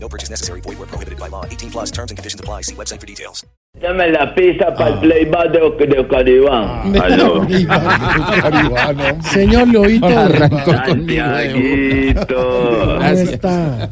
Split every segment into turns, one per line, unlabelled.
No purchase necessary. Void where prohibited by law. 18 plus terms and conditions apply. See website for details.
Dame la pista para el playback de, de Caribán. Aló.
Señor Leoito,
Santiaguito.
¿cómo está?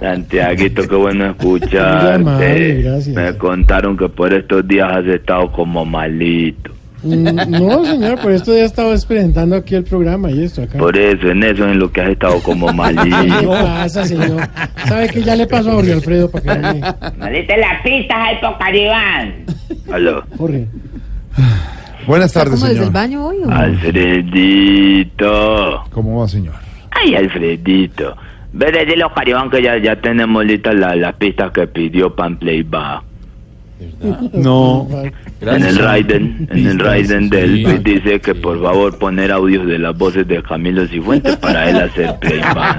Santiaguito, qué bueno
Muy amable,
escucharte.
gracias.
Me contaron que por estos días has estado como malito.
Mm, No, señor, por esto ya estaba presentando aquí el programa y esto acá.
Por eso, en eso es en lo que has estado como
¿Qué
malito.
pasa, señor? ¿Sabe qué ya le pasó a Jorge Alfredo para que no me-
Malita la pista, Jaipo Caribán.
Aló.
Jorge?
Buenas tardes, señor.
baño hoy?
Alfredito.
¿Cómo va, señor?
Ay, Alfredito. Veré, dile a Caribán que ya, ya tenemos listas la- las pistas que pidió para playback.
No.
En el Raiden, en el Raiden de él,
sí.
pues, dice que por favor poner audios de las voces de Camilo Cifuentes para él hacer playback.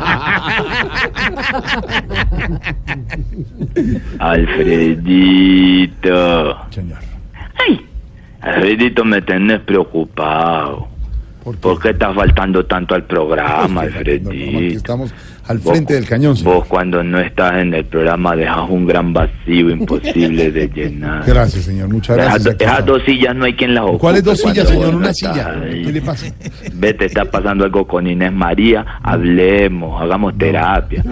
Alfredito.
Señor.
Ay, Alfredito, me tenés preocupado.
¿Por qué?
¿Por qué estás faltando tanto al programa,
Fernando, como aquí
Alfredito?
estamos al frente del cañón,
Vos
señor.
cuando no estás en el programa dejas un gran vacío imposible de llenar.
Gracias, señor. Muchas gracias.
Esas
Aquí
esas
está.
dos sillas no hay quien las ocupe.
¿Cuáles dos
cuando
sillas, señor?
vos no
Una
estás
silla.
ahí.
¿Qué le pasa? Eh,
Ve, te está pasando algo con Inés María. Hablemos, hagamos terapia.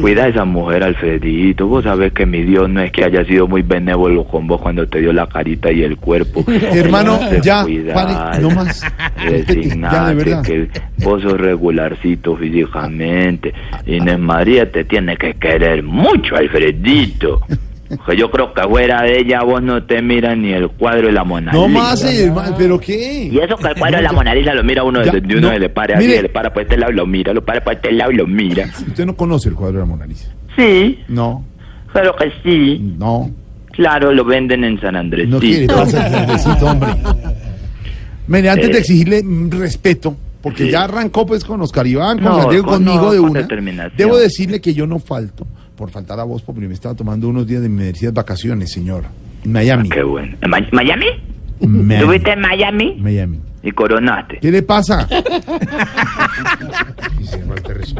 Cuida a esa mujer, Alfredito. Vos sabés que mi Dios no es que haya sido muy benévolo con vos cuando te dio la carita y el cuerpo.
Hermano,
Te
ya,
cuidas,
pare, no más. Respete, ya, de
Resignate,
verdad.
Eh, que vos sos regularcito físicamente.
Ah.
Inés María te tiene que querer mucho, Alfredito. Que yo creo que fuera de ella vos no te miras ni el cuadro de la Mona
No
Lisa.
más, eh, hermano. ¿Pero qué?
Y eso que el cuadro de la Mona Lisa lo mira uno
Ya,
desde de uno
no,
y le para así,
mire.
le para por este lado y lo mira, lo para por este lado y lo mira.
Usted no conoce el cuadro de la Mona Lisa.
Sí,
No,
claro que sí.
no.
Claro, lo venden en San Andrés.
No quiere pasa el grandecito, hombre. Mire, antes de exigirle mm, respeto, porque
Eh, Sí.
ya arrancó pues con Oscar Iván, con
No,
Santiago,
con-
conmigo
no,
de
con
una.
determinación.
Debo decirle que yo no falto por faltar a vos, porque me estaba tomando unos días de merecidas vacaciones, señor. En Miami.
Qué bueno. ¿En Ma- ¿Miami?
Miami.
¿Tuviste en Miami?
Miami.
Y coronaste.
¿Qué le pasa?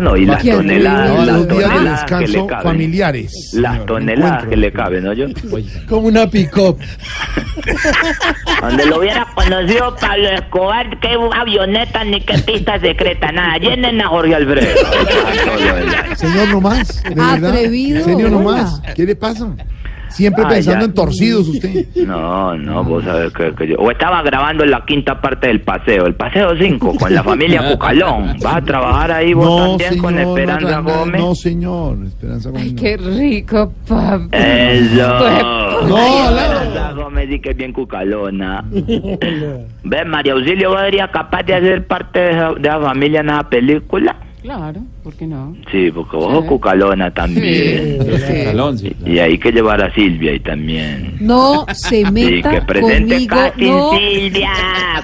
No, y las
¿Quién?
No,
toneladas, las
los días de
toneladas que le
descanso
caben.
familiares.
Las
señor.
toneladas
Encuentro.
que le caben, ¿no yo?
Como una pick-up.
Donde lo hubiera conocido Pablo Escobar, qué avioneta ni qué pista secreta, nada. Llenen a Jorge Alfredo.
Señor, no más. De verdad.
Atrevido,
Señor, no
hola.
más. ¿Qué le pasa? Siempre
Ay,
pensando
ya.
en torcidos usted.
No, no, vos sabés que, que yo. O estaba grabando la quinta parte del paseo, el paseo 5, con la familia Cucalón. ¿Vas a trabajar ahí vos también con Esperanza
no,
Gómez?
No, señor, Esperanza Gómez.
Ay,
no.
qué rico, papi.
Eso.
No,
Esperanza Gómez sí que es bien cucalona. ¿Ves, María Auxilio, vos serías capaz de hacer parte de esa, de esa familia en esa película?
Claro, ¿por qué no?
Sí, porque vos sos cucalona también. Y hay que llevar a Silvia ahí también.
No
Y
se
que
meta
presente
conmigo.
casting
No,
Silvia,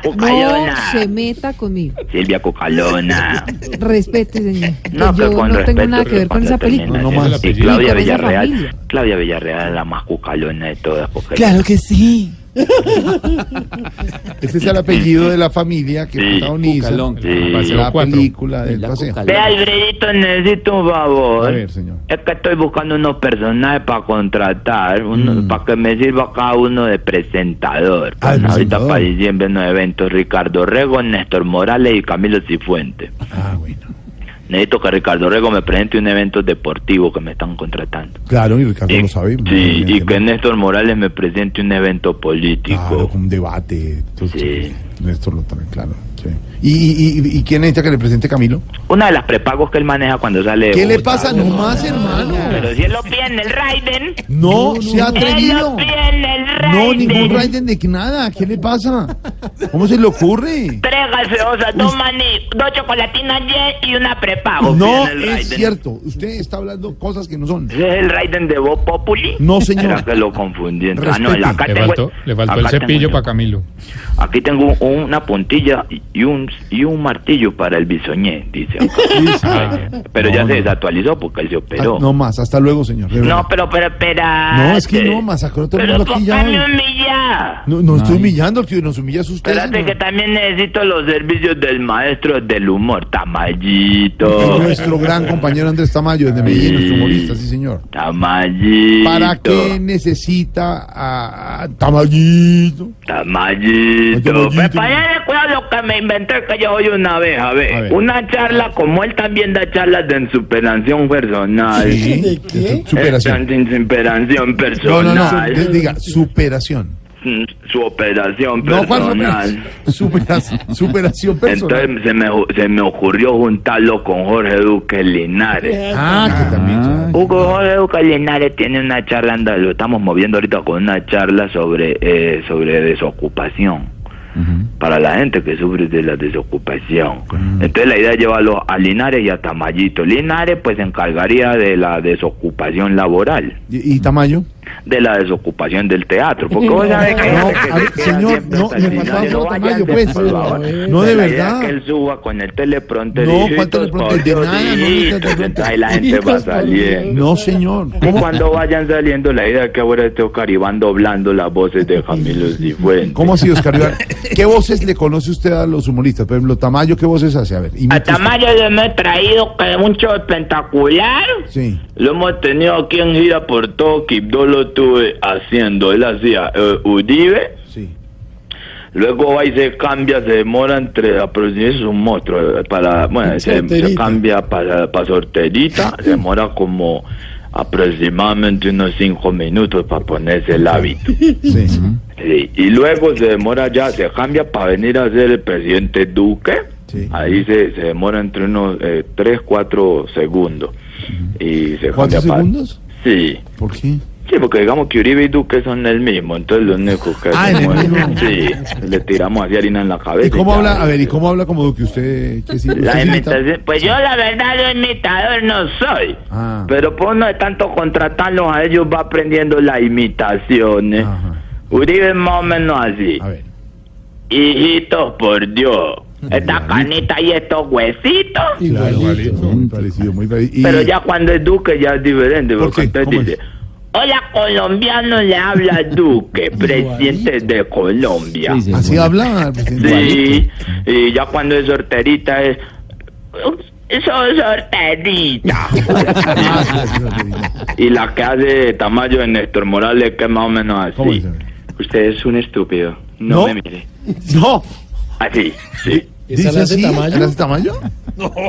no
cucalona.
se meta conmigo.
Silvia Cucalona.
Respete, señor. que
No, que
yo
con
no
respeto.
tengo nada que ver con
cuando
esa
termina
película.
No, no
eso.
más.
Y
Y
Claudia
con esa
Villarreal.
familia.
Claudia Villarreal es la más cucalona de todas. Porque
que sí.
Este es el apellido de la familia que
Sí.
protagoniza
Cucalón.
Sí.
la
Cuatro.
película del
La
paseo.
Cucalón.
Ve, Alfredito, necesito un favor.
A ver, señor.
Es que estoy buscando unos personajes para contratar, para que me sirva cada uno de presentador.
Mm. Ah, de
Pues ahorita
presentador.
para diciembre en los eventos Ricardo Rego, Néstor Morales y Camilo Cifuentes.
Ah, bueno.
Necesito que Ricardo Rego me presente un evento deportivo que me están contratando.
Claro, y Ricardo lo sabe.
sí, y
evidentemente.
que Néstor Morales me presente un evento político.
Claro, con un debate. Entonces,
Sí.
Néstor lo trae, claro. sí. ¿Y, y, y, y quién necesita que le presente Camilo?
Una de las prepagos que él maneja cuando sale. de
¿Qué le
Bogotá.
pasa nomás, hermano?
Pero si él lo pide en el Raiden.
No, se ha atrevido.
Él lo pide en el
No,
Raiden.
ningún Raiden de que nada. ¿Qué le pasa? ¿Cómo se le ocurre?
Tres gaseosas, dos maní, dos chocolatinas Y y una prepago.
No
Piden el
es
Raiden.
cierto. Usted está hablando cosas que no son.
¿Ese es el Raiden de Bob Populi?
No,
Será
señor.
que lo confundí. Ah, no,
Respete.
acá
Le
tengo-
faltó, le faltó el
acá tengo
cepillo
yo.
para Camilo.
Aquí tengo una puntilla y un, y un martillo para el bisoñé, dice.
Ah,
Pero ya
No,
se
no.
desactualizó porque él se operó.
Ah, No más. Hasta luego, señor. de verdad.
No, pero, pero, espera. este,
No, es que no, masacró a todo el
Pero
mundo aquí ya
póngame
hoy.
un millar.
No, no estoy humillando, que nos humillas usted.
Espérate
señor.
que también necesito los servicios del maestro del humor, Tamayito.
Nuestro gran compañero Andrés Tamayo, desde Medellín, nuestro humorista, sí, señor.
Tamayito.
¿Para qué necesita a, a Tamayito?
Tamayito.
Tamayito.
Pues para allá cuidado lo que me inventé que yo oí una vez, a ver.
A ver.
Una charla, como él también da charlas de superación personal.
¿De qué?
de su- Superación.
Eh, de superación
No, no,
personal.
no. de- Diga, superación.
Mm, Su operación
No, ¿cuál
personal.
superación? Superación, superación personal.
Entonces se me, se me ocurrió juntarlo con Jorge Duque Linares.
Ah, que también. ya.
Hugo Jorge Duque Linares tiene una charla, anda- lo estamos moviendo ahorita con una charla sobre, eh, sobre desocupación. Para la gente que sufre de la desocupación. Entonces la idea es llevarlo a Linares y a Tamayito. Linares pues se encargaría de la desocupación laboral,
¿Y, y Tamayo?
de la desocupación del teatro. Porque vos sabés que hay
No,
gente que
a ver,
se queda
señor,
siempre
no,
hasta
le
el
faltaba
final.
otro
vayan
tamaño,
de-
pues.
por favor.
No, de
La idea
verdad.
es que él suba con el teleprompter.
No,
hijitos,
¿cuál teleprompter?
por
De
Dios,
nada, no necesita
hijitos,
teleprompter.
entonces Ahí la gente va
Hijitos, por
saliendo.
No, señor.
Y
¿Cómo,
cuando vayan saliendo, la idea es que ahora esté Oscar Iván doblando las voces de Camilo Cifuentes.
¿Cómo así, Oscar Iván? ¿Qué voces le conoce usted a los humoristas? Por ejemplo, Tamayo, ¿qué voces hace? A ver, imite
A Tamayo le hemos traído que un show espectacular.
usted. Sí.
Lo hemos tenido aquí en gira por todo Quibdó, lo estuve haciendo. Él hacía eh, Uribe,
Sí.
Luego va y se cambia, se demora entre aproximadamente es un monstruo eh, para bueno, se,
Sorterita.
se cambia para, para sorterita, se demora como aproximadamente unos cinco minutos para ponerse el hábito.
Sí.
Sí, y luego se demora ya, se cambia para venir a ser el presidente Duque.
Sí.
Ahí se, se demora entre unos eh, tres, cuatro segundos. Y se
¿Cuántos
cambia para-
segundos?
Sí.
¿Por qué?
Sí, porque digamos que Uribe y Duque son el mismo, entonces lo único que
Ah,
hacemos
¿el
es-
mismo?
sí, le tiramos así harina en la cabeza.
¿Y cómo
ya.
habla? A ver, ¿y cómo habla como Duque usted? ¿Qué sí- usted
La
sí imita?
imitación, pues yo la verdad yo imitador no soy,
Ah.
pero por no de tanto contratarlos a ellos va aprendiendo las imitaciones.
Ajá.
Uribe es más o menos así.
A ver.
Hijitos, por Dios, esta
Clarito.
canita y estos huesitos.
Igualito, Muy parecido, muy parecido. Y-
Pero ya cuando es Duque ya es diferente,
¿Por
porque
qué?
usted
¿Cómo
dice,
es?
hola colombiano, le habla Duque, presidente de Colombia. Sí,
Así habla, pues, presidente.
y ya cuando es sorterita es, soy sorterita.
Ah, sí, así habla, presidente.
y la que hace Tamayo de Néstor Morales, que es más o menos así.
¿Cómo es?
Usted es un estúpido, no,
¿No?
me mire.
No.
Así, sí.
¿Esa
¿Dice
la hace
así?
Tamayo?
¿La hace Tamayo?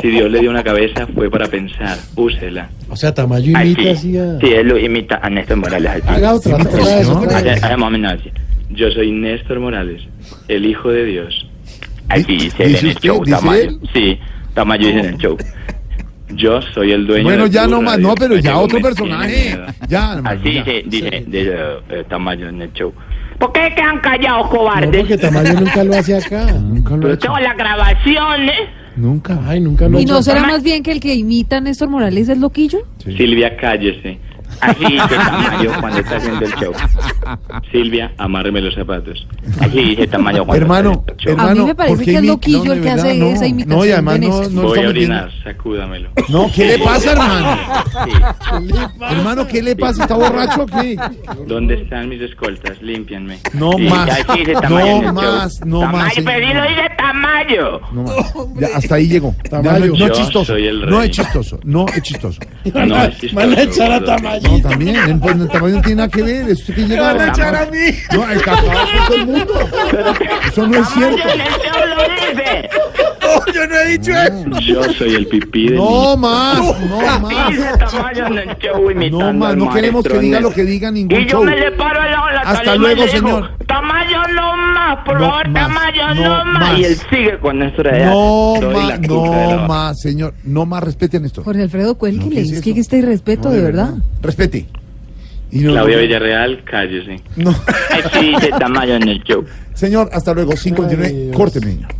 Si Dios le dio una cabeza fue para pensar, úsela.
O sea, Tamayo imita
Así,
así a...
sí, él lo imita a Néstor Morales. así.
Haga otra, otra vez,
¿no?
otra
Hace-
vez.
hace más o menos así. Yo soy Néstor Morales, el hijo de Dios. Aquí
Di-
dice él
dice
en el
usted,
show,
dice
Tamayo.
él.
Sí, Tamayo dice en el show. Yo soy el dueño
Bueno,
de
ya
tu
no más,
radio,
no, pero ya
Tamayo
otro
me tiene
personaje.
miedo.
Ya, hermano,
Así
ya.
dice, dice, dice, eh, Tamayo en el show. ¿Por qué quedan callados, cobardes?
No, porque Tamayo nunca lo hace acá.
Nunca lo he
Pero
hecho.
tengo las grabaciones.
Nunca.
Ay, nunca lo ha
¿Y no
hecho.
será más bien que el que imita a Néstor Morales es loquillo?
Silvia, cállese. Así dice Tamayo cuando está haciendo el show. Silvia, amárreme los zapatos. Así dice Tamayo cuando
Hermano,
está haciendo el show.
hermano,
A mí me parece
¿por qué
que es
imi-
loquillo
no,
el
de
que hace
verdad, no.
esa imitación
No, y además
de
no,
Néstor.
no
Voy a
estamos
orinar, sacúdamelo.
viendo- No, ¿qué le pasa, hermano?
Sí.
Hermano, ¿qué le pasa? ¿Está borracho o qué?
¿Dónde están mis escoltas? Límpianme.
No
Sí,
más.
ya sí dice Tamayo
No
en el show.
más, no
Tamayo,
más,
pero sí
señor.
lo dice Tamayo.
No, ya, hasta ahí llegó. Ya no-
Tamayo.
no
Yo
es chistoso.
soy el rey.
No es chistoso. No es chistoso.
Ah, No, no, es chistoso,
Van a echar a
gordo.
No,
Tamayo.
también. El, el tamaño no tiene nada que ver. Es usted que llega.
van a echar a
mí. No, el cacao es todo el mundo. Eso no
Tamayo
es
en
cierto.
el show lo dice. Mm, Yo soy el pipí de
No más, no más.
Dice Tamayo en el show imitando
Ah. No más.
al
No queremos que
maestro
diga
Néstor.
lo que diga ningún
Y yo
show.
me le paro al lado de la
Hasta
tarima
luego,
y le digo,
señor.
Tamayo no más, por
No
favor,
más,
Tamayo
no
no más.
más.
Y él sigue con nuestra edad.
No
Soy la
más,
cuca de la
no
vaca.
más, señor. No más respeten esto.
Jorge Alfredo,
No, ¿qué
cuélguele,
es
es que
eso?
este irrespeto,
No,
de verdad.
Respete. Y nos-
Claudia Villarreal, cállese.
No.
Sí, de tamaño en el show.
Señor, hasta luego. 5.29.
Ay, Dios.
Córteme.